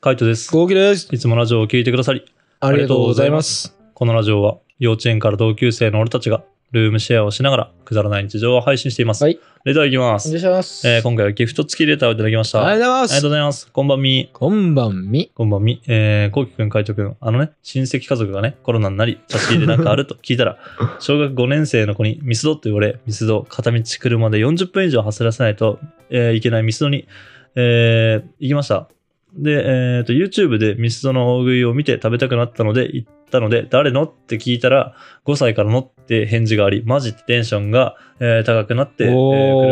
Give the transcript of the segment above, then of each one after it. カイトです。ゴーキです。いつもラジオを聞いてくださり、ありがとうございます。このラジオは幼稚園から同級生の俺たちがルームシェアをしながらくだらない日常を配信しています。はい。レターいきまおす、願いします。えー今回はギフト付きレターをいただきました。ありがとうございまありがすとう。ございます。こんばんみ。こんばんみ。こんばんみ。えー、こうきくん、かいとくん、あのね、親戚家族がね、コロナになり、差し入れなんかあると聞いた ら、小学5年生の子にミスドって言われ、ミスド、片道車で40分以上走らせないと、えーいけないミスドに、えー行きました。で、えーと、YouTube でミスドの大食いを見て食べたくなったので、行ったので、誰のって聞いたら、5歳からのって返事があり、マジってテンションが、えー高くなって、えー車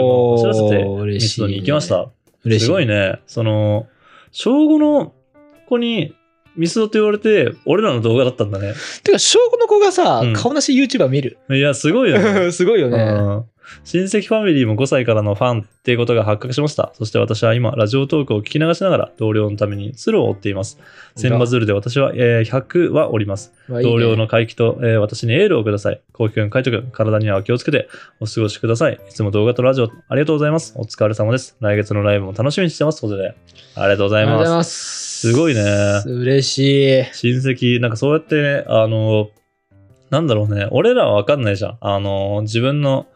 を走らせて、ミ嬉しスいドねに行きまし。た。嬉しい。すごい。ね。その、小5の子にミスドって言われて、俺らの動画だったんだね。てか、小5の子がさうん、顔なし YouTuber 見る。いや、すごいよね。すごいよう ね。ん親戚ファミリーも5歳からのファンっていうことが発覚しました。そして私は今、ラジオトークを聞き流しながら、同僚のために鶴を追っています。千羽鶴で私は、えー100はおります。まあいいね同僚の会期と、えー私にエールをください。こうきくん、かいとくん、体にはお気をつけてお過ごしください。いつも動画とラジオありがとうございます。お疲れ様です。来月のライブも楽しみにしてます。ということで、ありがとうごあざいりがまとうごすざい。ますす。ごいね嬉しい。親戚、なんかそうやってね、あの、なんだろうね、俺らはわかんないじゃん。あの、自分の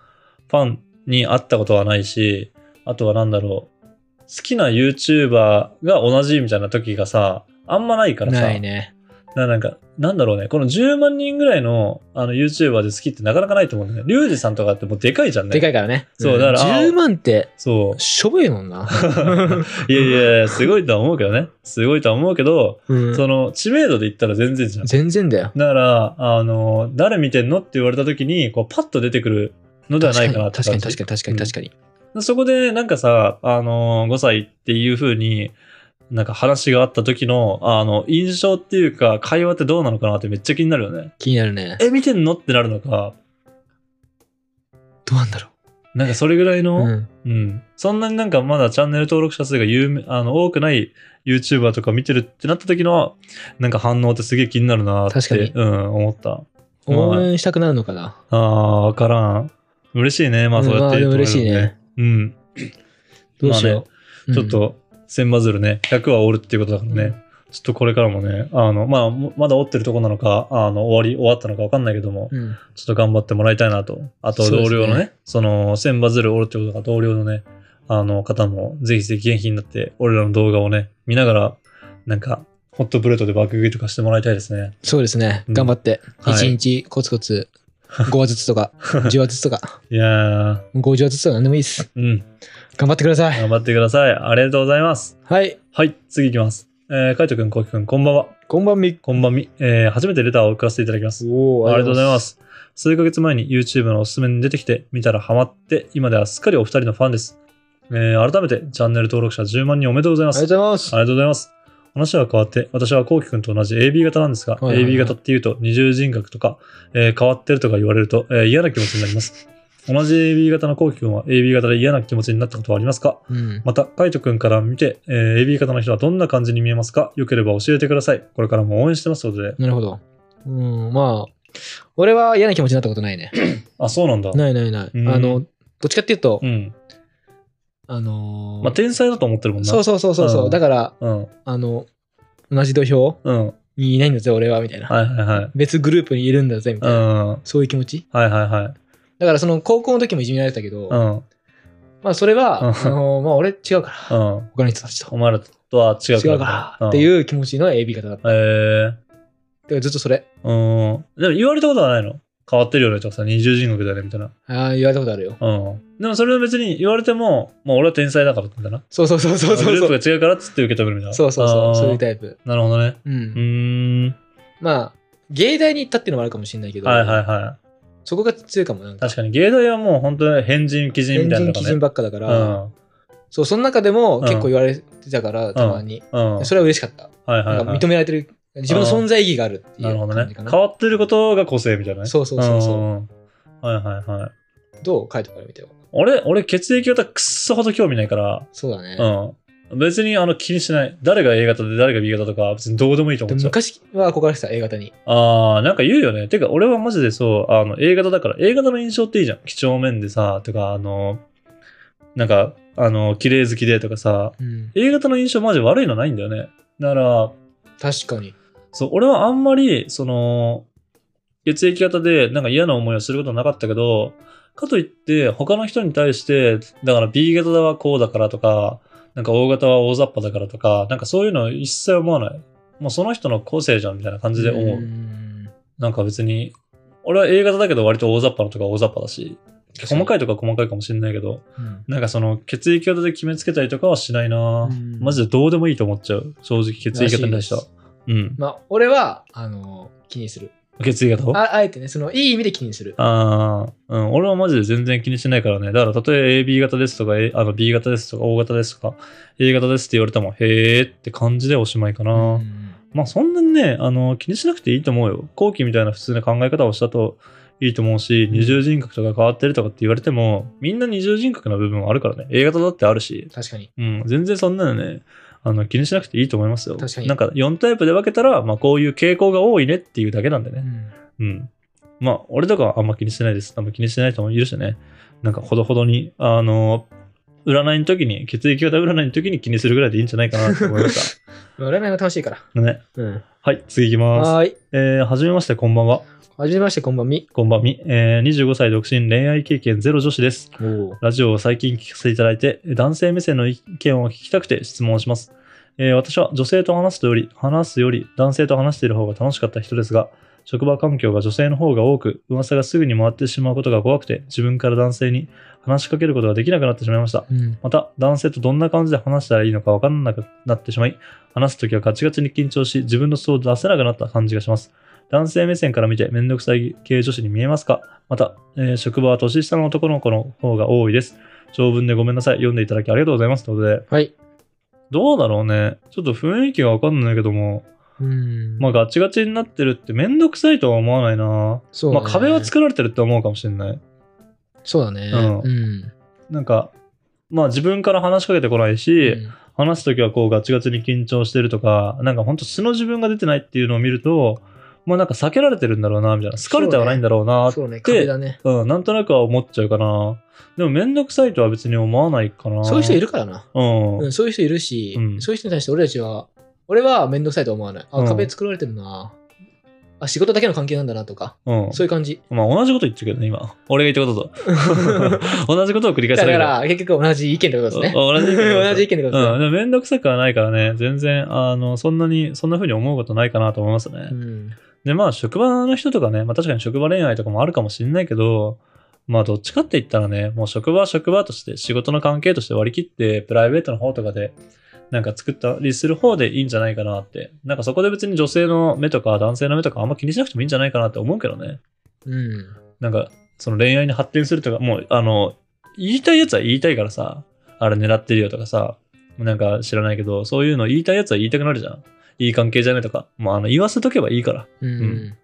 ファンに会ったことはないし、あとはなんだろう、好きな YouTuber が同じみたいな時がさ、あんまないからさ、ないね。だからなんか、なんだろうね、この10万人ぐらいのあの YouTuber で好きってなかなかないと思うんだよね。リュウジさんとかってもうでかいじゃんね。でかいからね。そうだからん10万って、そう。しょぼいも んな。いやいやいや、すごいとは思うけどね。すごいとは思うけど、うんその、知名度で言ったら全然じゃん。全然だよ。だから、あの、誰見てんのって言われた時に、こう、パッと出てくるのではないかなって確か感じに確かに確かに確かに。そこで、なんかさ、あの、5歳っていう風に、なんか話があった時の、あの、印象っていうか、会話ってどうなのかなってめっちゃ気になるよね。気になるね。え、見てんのってなるのか、どうなんだろ。なんかそれぐらいうの、うんうん。そんなになんかまだチャンネル登録者数が有名あの多くない YouTuber とか見てるってなった時のなんか反応ってすげえ気になるなって確かにうん、思った。応援したくなるのかな。ああ、わからん。嬉しいね。まあそうやってうんまあでも嬉しい言ってね。もらえるのね。どうしようう。ん。ちょっと、千バズルね、100は折るっていうことだからね。ちょっとこれからもね、あの、まあ、もまだ折ってるとこなのか、あの、終わり、終わったのかわかんないけども、うん、ちょっと頑張ってもらいたいなと。あと、そうで同すね僚のね、その、千バズル折るってことが同僚のね、あの、方も、ぜひぜひ元気になって、俺らの動画をね、見ながら、なんか、ホットプレートで爆食いとかしてもらいたいですね。そうですね。うん頑張って。はい一日コツコツ5話ずつ とか、10話ずつとか、いやー、 50話ずつとか何でもいいです。うん、頑張ってください。頑張ってください。ありがとうございます。はい。はい、次いきます。えー、かいとくん、こうきくん、こんばんは。こんばんみ。こんばんみ。えー、初めてレターを送らせていただきます。おありがとうございま。す。数ヶ月前に YouTube のおすすめに出てきて、見たらハマって、今ではすっかりお二人のファンです。えー、改めて、チャンネル登録者10万人おめでとうございまありがす。とうございますあ。りがとうございます。話は変わって、私はこうきくんと同じ AB 型なんですが、いはいはい AB 型っていうと二重人格とか、えー変わってるとか言われると、えー嫌な気持ちになります。同じ AB 型のこうきくんは AB 型で嫌な気持ちになったことはありますかうん、また、カイト君から見て、えー AB 型の人はどんな感じに見えますかよければ教えてください。これからも応援してますので。なるほど。うん、まあ、俺は嫌な気持ちになったことないね。あ、そうなんだ。ないないない。うんあの、どっちかっていうと、うん。あのーまあ、天才だと思ってるもんな。そうそうそうそうそう、うんだから、うん。あの、同じ土俵うん。はにいないんだぜ、俺は、みたいな、いはいはい。別グループにいるんだぜ、みたういな。ん。はいそういう気持ち。はいはい。だから、その、高校の時もいじめられてたけうど、ん。まあ、それは、うんあのまあ、俺違うから、うん。他の人たちと。お前らとは違う違から。うからってういう気持ちの AB 型だった。ん。えだからずっとそれ、ー。うん。でも言われたことはないの変わってるよねとかさ、二重人格だねみたいな。ああ、言われたことあるよ。うん。でもそれは別に言われても、もう俺は天才だからみたいな。そうそうそう そうそグうそルう。ープが違うからっつって受け止めるみたいな。そうそうそあーう。そういうタイプ。なるほどね。うん。うーん。まあ、芸大に行ったっていうのもあるかもしれないけど、はいはいはい。そこが強いかも。なんか、確かに芸大はもう本当に変人基人変みたいなの人が基ね人ばっかだから、うんそう、その中でも結構言われてたから、たまに。うんそれは嬉しかった。はいはいなはんかい認められてる、自分の存在意義があるっていなるほうど感ねじか変な。わってることが個性みたいなねそうそうそうそうんんうんはいはいはいどう書いてから見てよ。俺俺血液型くっそほど興味ないからそうだね。うん別にあの気にしない誰が A 型で誰が B 型とか別にどうでもいいとで思っちもゃう昔は憧れてた A 型に。ああなんか言うよねてか俺はマジでそうあの A 型だから A 型の印象っていいじゃん几帳面でさとかあのなんかあの綺麗好きでとかさうん。 A 型の印象マジ悪いのないんだよねだから、確かに。そう、俺はあんまり、その、血液型でなんか嫌な思いをすることはなかったけど、かといって、他の人に対して、だから B 型はこうだからとか、なんか O 型は大雑把だからとか、なんかそういうのは一切思わない。もうその人の個性じゃんみたいな感じで思う。んなんか別に、俺は A 型だけど割と大雑把なとか大雑把だし、細かいとか細かいかもしれないけど、うんなんかその血液型で決めつけたりとかはしないな、うんマジでどうでもいいと思っちゃう。正直血液型に対してはらし。うん。まあ、俺は、あの、気にする。血液型をああえてね、その、いい意味で気にする。ああ、うん、俺はマジで全然気にしてないからね。だから、たとえ AB 型ですとか、A- あの B 型ですとか、O 型ですとか、A 型ですって言われても、へーって感じでおしまいかな。うんまあ、そんなにね、あの、気にしなくていいと思うよ。後期みたいな普通の考え方をしたといいと思うし、ん二重人格とか変わってるとかって言われても、みんな二重人格な部分はあるからね。A 型だってあるし、確かに。うん、全然そんなのね、あの気にしなくていいと思いますよ。確かになんか4タイプで分けたら、まあ、こういう傾向が多いねっていうだけなんでね。うん。まあ、俺とかはあんま気にしてないです。あんま気にしてない人もいるしね。なんか、ほどほどに、あの、占いの時に、血液型占いの時に気にするぐらいでいいんじゃないかなと思いましまあ占いは楽しいから。 た。ね。うん。はい、次いきます。はーい。えー、はじめまして、こんばんは。はじめまして、こんばんみ。こんばんみ。えー、25歳独身、恋愛経験ゼロ女子です。おラジオを最近聞かせていただいて、男性目線の意見を聞きたくて質問をします。えー私は女性と話すとより、話すより男性と話している方が楽しかった人ですが、職場環境が女性の方が多く、噂がすぐに回ってしまうことが怖くて、自分から男性に話しかけることができなくなってしまいました。うん。また、男性とどんな感じで話したらいいのか分からなくなってしまい、話すときはガチガチに緊張し、自分の素を出せなくなった感じがします。男性目線から見てめんどくさい系女子に見えますかまた、えー職場は年下の男の子の方が多いです。長文でごめんなさい。読んでいただきありがとうございます。ということで、はい。どうだろうね。ちょっと雰囲気が分かんないけども、うんまあガチガチになってるってめんどくさいとは思わないな。そうまだあね壁は作られてるって思うかもしれない。そうだね。うんうん。なんか、まあ自分から話しかけてこないし、うん話すときはこうガチガチに緊張してるとか、なんか本当素の自分が出てないっていうのを見ると、まあなんか避けられてるんだろうな、みたいな。好かれてはないんだろうな、そうね、壁だね。うん、なんとなくは思っちゃうかな。でもめんどくさいとは別に思わないかな。そういう人いるるからな。うん。うん、そういう人いるし、うんそういう人に対して俺たちは、俺は面倒くさいとは思わない。あ、うん壁作られてるな。あ、仕事だけの関係なんだなとか、うん。そういう感じ。まあ同じこと言ってるけどね、今。俺が言った ことと。同じことを繰り返ださかれる。ら、結局同じ意見ってことですね。おお同じ意見ってこと 同じ意見ってことうん、ででもめんどくさくはないからね、全然、あの、そんなに、そんな風に思うことないかなと思いますね。すね。うん。で、まあ、職場の人とかね、まあ確かに職場恋愛とかもあるかもしれないけど、まあ、どっちかって言ったらね、もう職場は職場として、仕事の関係として割り切って、プライベートの方とかで、なんか作ったりする方でいいんじゃないかなって。なんかそこで別に女性の目とか男性の目とかあんま気にしなくてもいいんじゃないかなって思うけどね。うん。なんか、その恋愛に発展するとか、もう、あの、言いたいやつは言いたいからさ、あれ狙ってるよとかさ、なんか知らないけど、そういうの言いたいやつは言いたくなるじゃん。いい関係じゃねとか。もうあの、言わせとけばいいから。うん。うん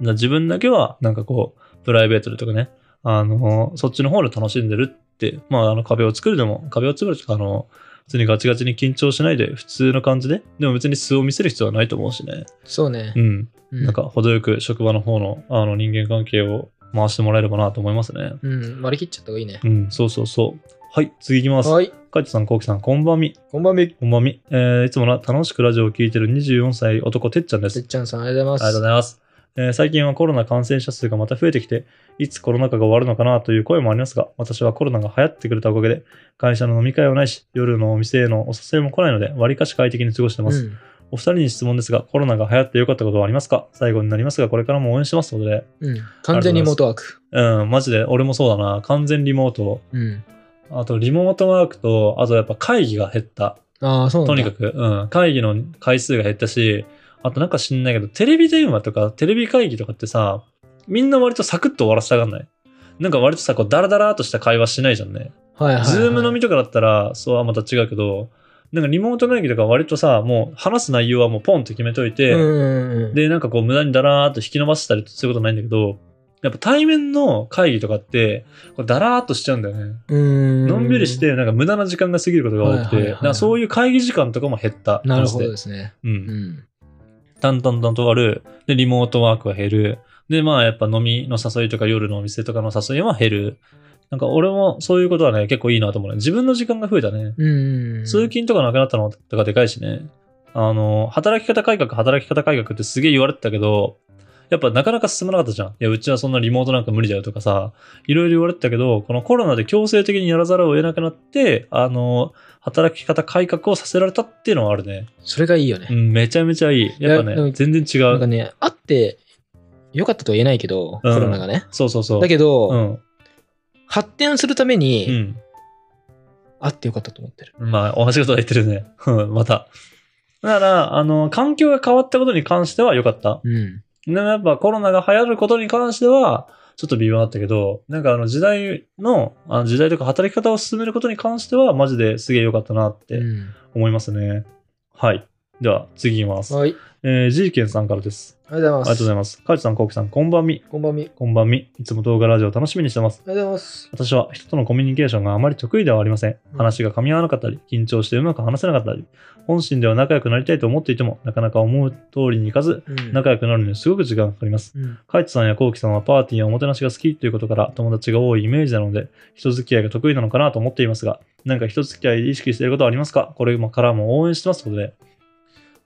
な自分だけはなんかこうプライベートでとかねあのそっちの方で楽しんでるって、まあ、あの壁を作るでも壁を作るとかあの普通にガチガチに緊張しないで普通の感じででも別に素を見せる必要はないと思うしねそうねう。ん、うなんか、程よく職場の方のあの人間関係を回してもらえればなと思いますねうん、割り切っちゃった方がいいねう。んそうそうそうはい次いきますはい。カイトさんコウキさんこんばんみこんばんみ。こんばんみ、えーいつもな楽しくラジオを聴いてる24歳男てっちゃんですてっちゃんさん、ありがとうごあざりがとういごまざいます。えー最近はコロナ感染者数がまた増えてきて、いつコロナ禍が終わるのかなという声もありますが、私はコロナが流行ってくれたおかげで、会社の飲み会はないし、夜のお店へのお誘いも来ないので、割かし快適に過ごしてます。す。うんお二人に質問ですが、コロナが流行って良かったことはありますか最後になりますが、これからも応援してますので、うん。完全にリモートワーク。うん、マジで俺もそうだな。完全リモート。うん。あと、リモートワークと、あとやっぱ会議が減った。ああ、そうなとんだ。にかく、うん、会議の回数が減ったし、あとなんか知んないけど、テレビ電話とかテレビ会議とかってさ、みんな割とサクッと終わらせたがんないなんか割とさ、こう、ダラダラーとした会話しないじゃんね。く、はいはいはい。ズーム飲みとかだったら、そうはまた違うけど、なんかリモート会議とか割とさ、もう話す内容はもうポンって決めといて、うんうんうん。で、なんかこう無駄にだらーっと引き伸ばしたりすることないんだけど、やっぱ対面の会議とかって、こうだらーっとしちゃうんだよね。うん、のんびりし、て、なんか無駄な時間が過ぎることが多くて、はいはいはいなんかそういう会議時間とかも減った。なるほどマですね。ジで。うんう。ん。淡々と終わる。で、リモートワークは減る。で、まあ、やっぱ飲みの誘いとか夜のお店とかの誘いは減る。なんか俺もそういうことはね、結構いいなと思うね。自分の時間が増えたね。うん。通勤とかなくなったのとかでかいしね。あの、働き方改革、働き方改革ってすげえ言われてたけど、やっぱなかなか進まなかったじゃん。いや、うちはそんなリモートなんか無理だよとかさ、いろいろ言われてたけど、このコロナで強制的にやらざるを得なくなって、あの、働き方改革をさせられたっていうのはあるね。それがいいようね。ん、めちゃめちゃいい。やっぱいね、やでも全然違なんかう。ね、あってよかったとは言えないけど、コうんロナがね。そうそうそう。だけど、うん。発展するためうにん。あってよかったと思ってる。まあ、同じことは言ってるね。うんまた。だから、あの、環境が変わったことに関しては良かった。うん。でもやっぱコロナが流行ることに関しては、ちょっと微妙だったけど、なんかあの時代の、あの時代とか働き方を進めることに関しては、マジですげえ良かったなってうん思いますね。はい。では、次いきます。はい。えー、ジーケンさんからです。ありがとうあごりざいがとうござます。います。カイチさん、コウキさん、こんばんみ。こんばんみ。ありこんばんみ。いつも動画ラジオ楽しみにしてます。がとうございます。私は人とのコミュニケーションがあまり得意ではありません。話が噛み合わなかったり、緊張してうまく話せなかったり、本心では仲良くなりたいと思っていても、なかなか思う通りにいかず、うん仲良くなるのにすごく時間がかかります。うんカイツさんやコウキさんはパーティーやおもてなしが好きということから友達が多いイメージなので、人付き合いが得意なのかなと思っていますが、なんか人付き合いで意識していることはありますかこれからも応援してますので。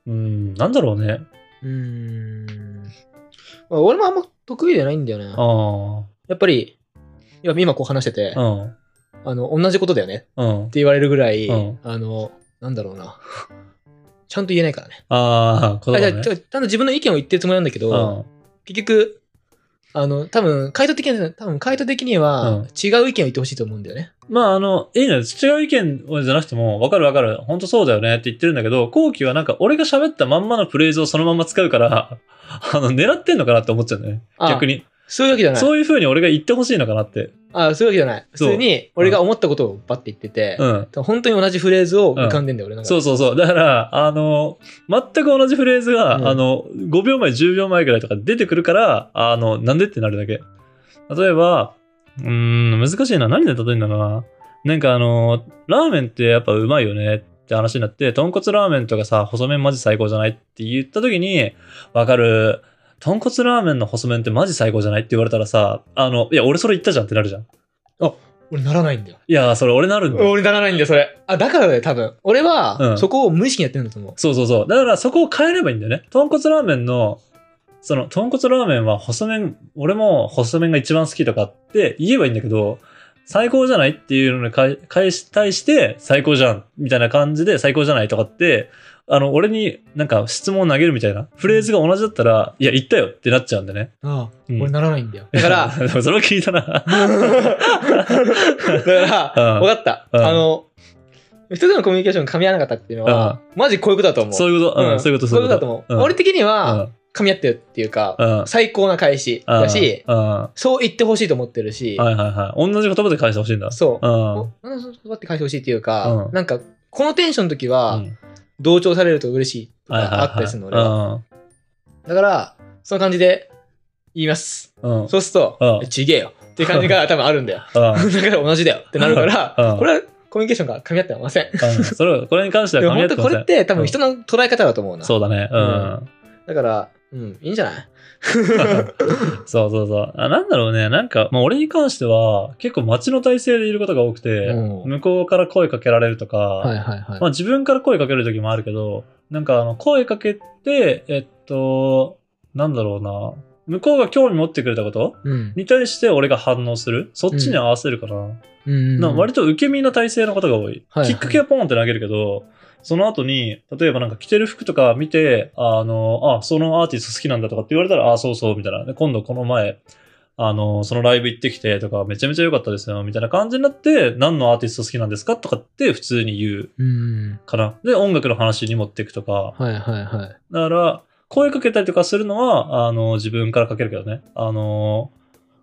うーん、なんだろうね。うーん。まあ、俺もあんま得意じゃないんだよね。あやっぱり、いや今こう話してて、あ、うん、あの、同じことだよねってうん。言われるぐらい、うんあの、なんだろうな。 ちゃんと言えないからね。ああ、こあだじわゃあり、ね。ちょちゃんと自分の意見を言ってるつもりなんだけうど、ん、結局、あの、多分、回答的には、多分、回答的にうんは、違う意見を言ってほしいと思うんだよね。まあ、あの、いいのよ。違う意見じゃなくても、わかるわかる。ほんとそうだよねって言ってるんだけど、後期はなんか、俺が喋ったまんまのフレーズをそのまま使うから、 あの、狙ってんのかなって思っちゃうんだよね。あ逆に。そういうわけじゃない。そういう風に俺が言ってほしいのかなって。あそういうわけじゃない。普そう通に、俺が思ったことをバッて言ってて、うん。本当に同じフレーズを浮かんでんだよ、俺なんか。そうそうそう。だから、あの、全く同じフレーズが、うんあの、5秒前、10秒前ぐらいとか出てくるから、あの、なんでってなるだけ。例えば、うーん、難しいな。何で例えるんだろうな。なんかあの、ラーメンってやっぱうまいよねって話になって、豚骨ラーメンとかさ、細麺マジ最高じゃないって言った時に、わかる。豚骨ラーメンの細麺ってマジ最高じゃないって言われたらさ、あの、いや、俺それ言ったじゃんってなるじゃん。俺ならないんだよ。いや、それ俺なるんだよ俺ならないんだよ、それ。あ、だからだよ、多分。俺うは、んそこを無意識にやってるんだと思う。そうそうそう。だからそこを変えればいいんだよね。豚骨ラーメンの、その、豚骨ラーメンは細麺、俺も細麺が一番好きとかって言えばいいんだけど、最高じゃないっていうのに返返し、対して、最高じゃんみたいな感じで、最高じゃないとかって、あの、俺になんか質問を投げるみたいな、フレーズが同じだったら、いや、言ったよってなっちゃうんだね。ああ、うん俺ならないんだよ。だから、ら、 それは聞いたな。だから、うん分かった。うんあの、人とのコミュニケーションが噛み合わなかったっていうのは、マジこういうことだと思う。そういうこと、うん、そういうこと、そういうことだと思う。俺的的には、は、噛み合ってるっていうかう、ん。最高な返しうんだし、うんはそう言ってほしいと思ってるしい、はいはい。同じ言葉で返してほしいんだ。そうう。ん。おなんでそんなことって返してほしいっていうかう、んなんか、このテンションの時うは、ん同調されると嬉しいとはいはいはいかあったりするの、俺は。うんだから、その感じで言います。うんそうすると、うんちげえよっていう感じ が多分あるんだよ。あ だから同じだよってなるからうん、これはコミュニケーションが噛み合ってません。あそ れこれに関してはでも噛み合本って当まこせん。れって多分人の捉え方だと思うな。そうだね。う。うんだから、うん、いいんじゃない そうそうそう。あなんだろうね。なんか、まあ、俺に関しては、結構街の体制でいることが多くて、うん向こうから声かけられるとか、はいはいはいまあ、自分から声かける時もあるけど、なんかあの声かけて、えっと、なんだろうな。向こうが興味持ってくれたことうん。に対して俺が反応する。そっちに合わせるかな。うんな割と受け身な体勢のことが多い。はいはいきっかけはポンって投げるけど、その後に、例えばなんか着てる服とか見て、あの、あ、そのアーティスト好きなんだとかって言われたら、あ、そうそう、みたいな。で、今度この前、あの、そのライブ行ってきてとか、めちゃめちゃ良かったですよ、みたいな感じになって、何のアーティスト好きなんですかとかって普通に言ううん。かな。で、音楽の話に持っていくとか。はいはいはい。だから、声かけたりとかするのは、あの、自分からかけるけどね。あの、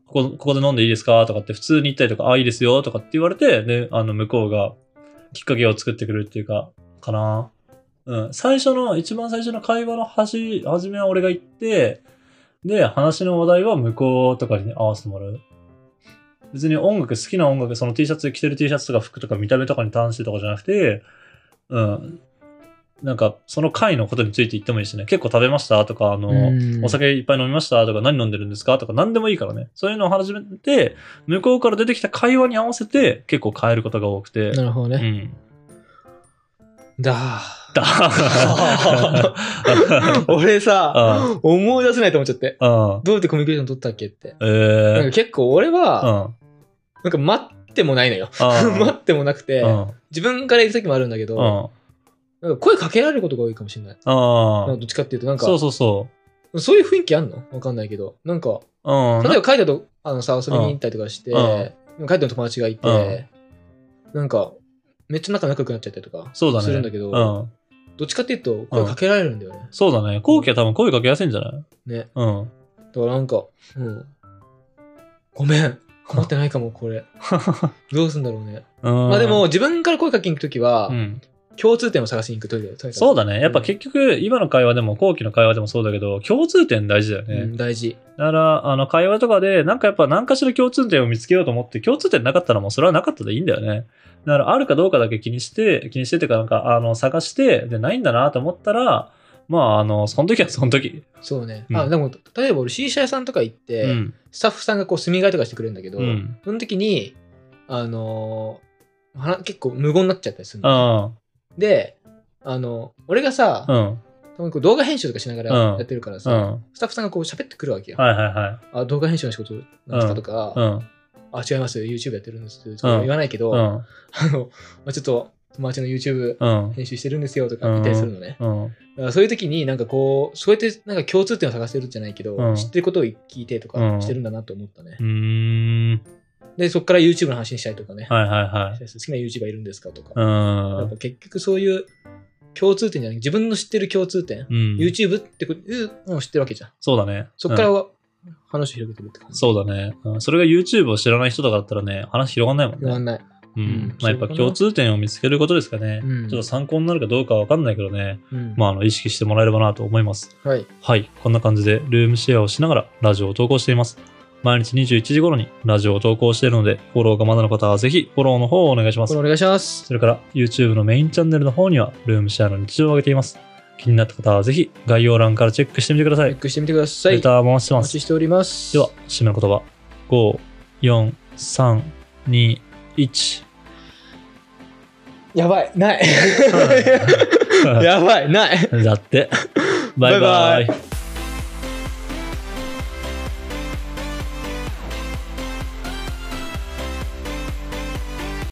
ここ、ここで飲んでいいですかとかって普通に言ったりとか、あ、いいですよとかって言われて、で、あの、向こうがきっかけを作ってくれるっていうか、かな。うん。最初の、一番最初の会話の端、初めは俺が言って、で、話の話題は向こうとかに合わせてもらう。別に音楽、好きな音楽、その T シャツ、着てる T シャツとか服とか見た目とかに関してとかじゃなくて、うん。なんか、その回のことについて言ってもいいしね。結構食べましたとか、あの、お酒いっぱい飲みましたとか、何飲んでるんですかとか、何でもいいからね。そういうのを始めて、向こうから出てきた会話に合わせて、結構変えることが多くて。なるほどうね。ん。だだ ー 俺さ、思い出せないと思っちゃって。うん。どうやってコミュニケーション取ったっけって。えなんかー。結構俺うは、ん。うんなんか待ってもないのよ。 待ってもなくてう、ん。自分から行く時もあるんだけうど、ん。なんか声かけられることが多いかもしれない。なうんかどっちかっていうと、なんん。か、そうそうそそういう雰囲気あんのわかんないけど。なんか、う。うん。例えば海外と、あのさ、遊びに行ったりとかして、うん海外の友達がいて、なんか、めっちゃ仲仲良くなっちゃったりとか、そうだね。するんだけどうん。どっちかっていうと、声かけられるんだよね。そうだね。後期は多分声かけやすいんじゃないね。うん。だからなんか、うん。ごめん。困ってないかも、これ。どうすんだろうね。ままあでも、、自分から声かけに行くときは、うん。共通点を探しに行くときだよ。とにかくそうだね。やっぱ結局、今の会話でも、後期の会話でもそうだけど、共通点大事だよね。うん、大事。だから、あの、会話とかで、なんかやっぱ何かしら共通点を見つけようと思って、共通点なかったらもうそれはなかったでいいんだよね。だから、あるかどうかだけ気にして、気にしててか、なんか、あの、探して、で、ないんだなと思ったら、まあ、あの、その時は その時。そうね。うんあ、でも、例えば俺、C 社屋さんとか行って、うん。スタッフさんがこう、住み替えとかしてくれるんだけど、うん。その時に、あのーはな結構無言になっちゃったりするうの。ん。で、あの、俺がさ、うん。多分こう動画編集とかしながらうんやってるからうさ、ん。スタッフさんがこう喋ってくるわけよ。はいはいはい。あ動画編集の仕事なんですかとか、うん。あ、違いますよ、YouTube やってるんですよ、とか言わないけど、うあん。の、まあ、ちょっと友達の YouTube うん。編集してるんですよとか言ったりするのね。うん。だからそういう時に、なんかこう、そうやってなんか共通点を探してるじゃないけど、うん知ってることを聞いてとうかんしてるんだなと思ったね。うーん。で、そこから YouTube の話にしたりとかね、はいはいはい。好きな YouTuber いるんですかとか、うやっんぱ。結局そういう共通点じゃない、自分の知ってる共通点、うん YouTube ってこというのを知ってるわけじゃん。そうだね。そこかうらんは話を広げてるって感じ。そうだね、うんそれが YouTube を知らない人とかだったらね、話広がんないもん言わね。んない。うんうんまあ、やっぱ共通点を見つけることですかね。うんちょっと参考になるかどうかは分かんないけどね、うんまあ、あの意識してもらえればなと思います。はい。はい、こんな感じでルームシェアをしながらラジオを投稿しています。毎日21時頃にラジオを投稿しているので、フォローがまだの方はぜひフォローの方をお願いしまこすれ。お願いします。それから YouTube のメインチャンネルの方にはルームシェアの日常を上げています。気になった方はぜひ概要欄からチェックしてみてくださチいェッ。クしてみてくださレい。ター回しておます待。ちしております。では、締めの言葉。5、4、3、2、1。 やば い、ない。は やばい、ない。だって。バイババイバイイ。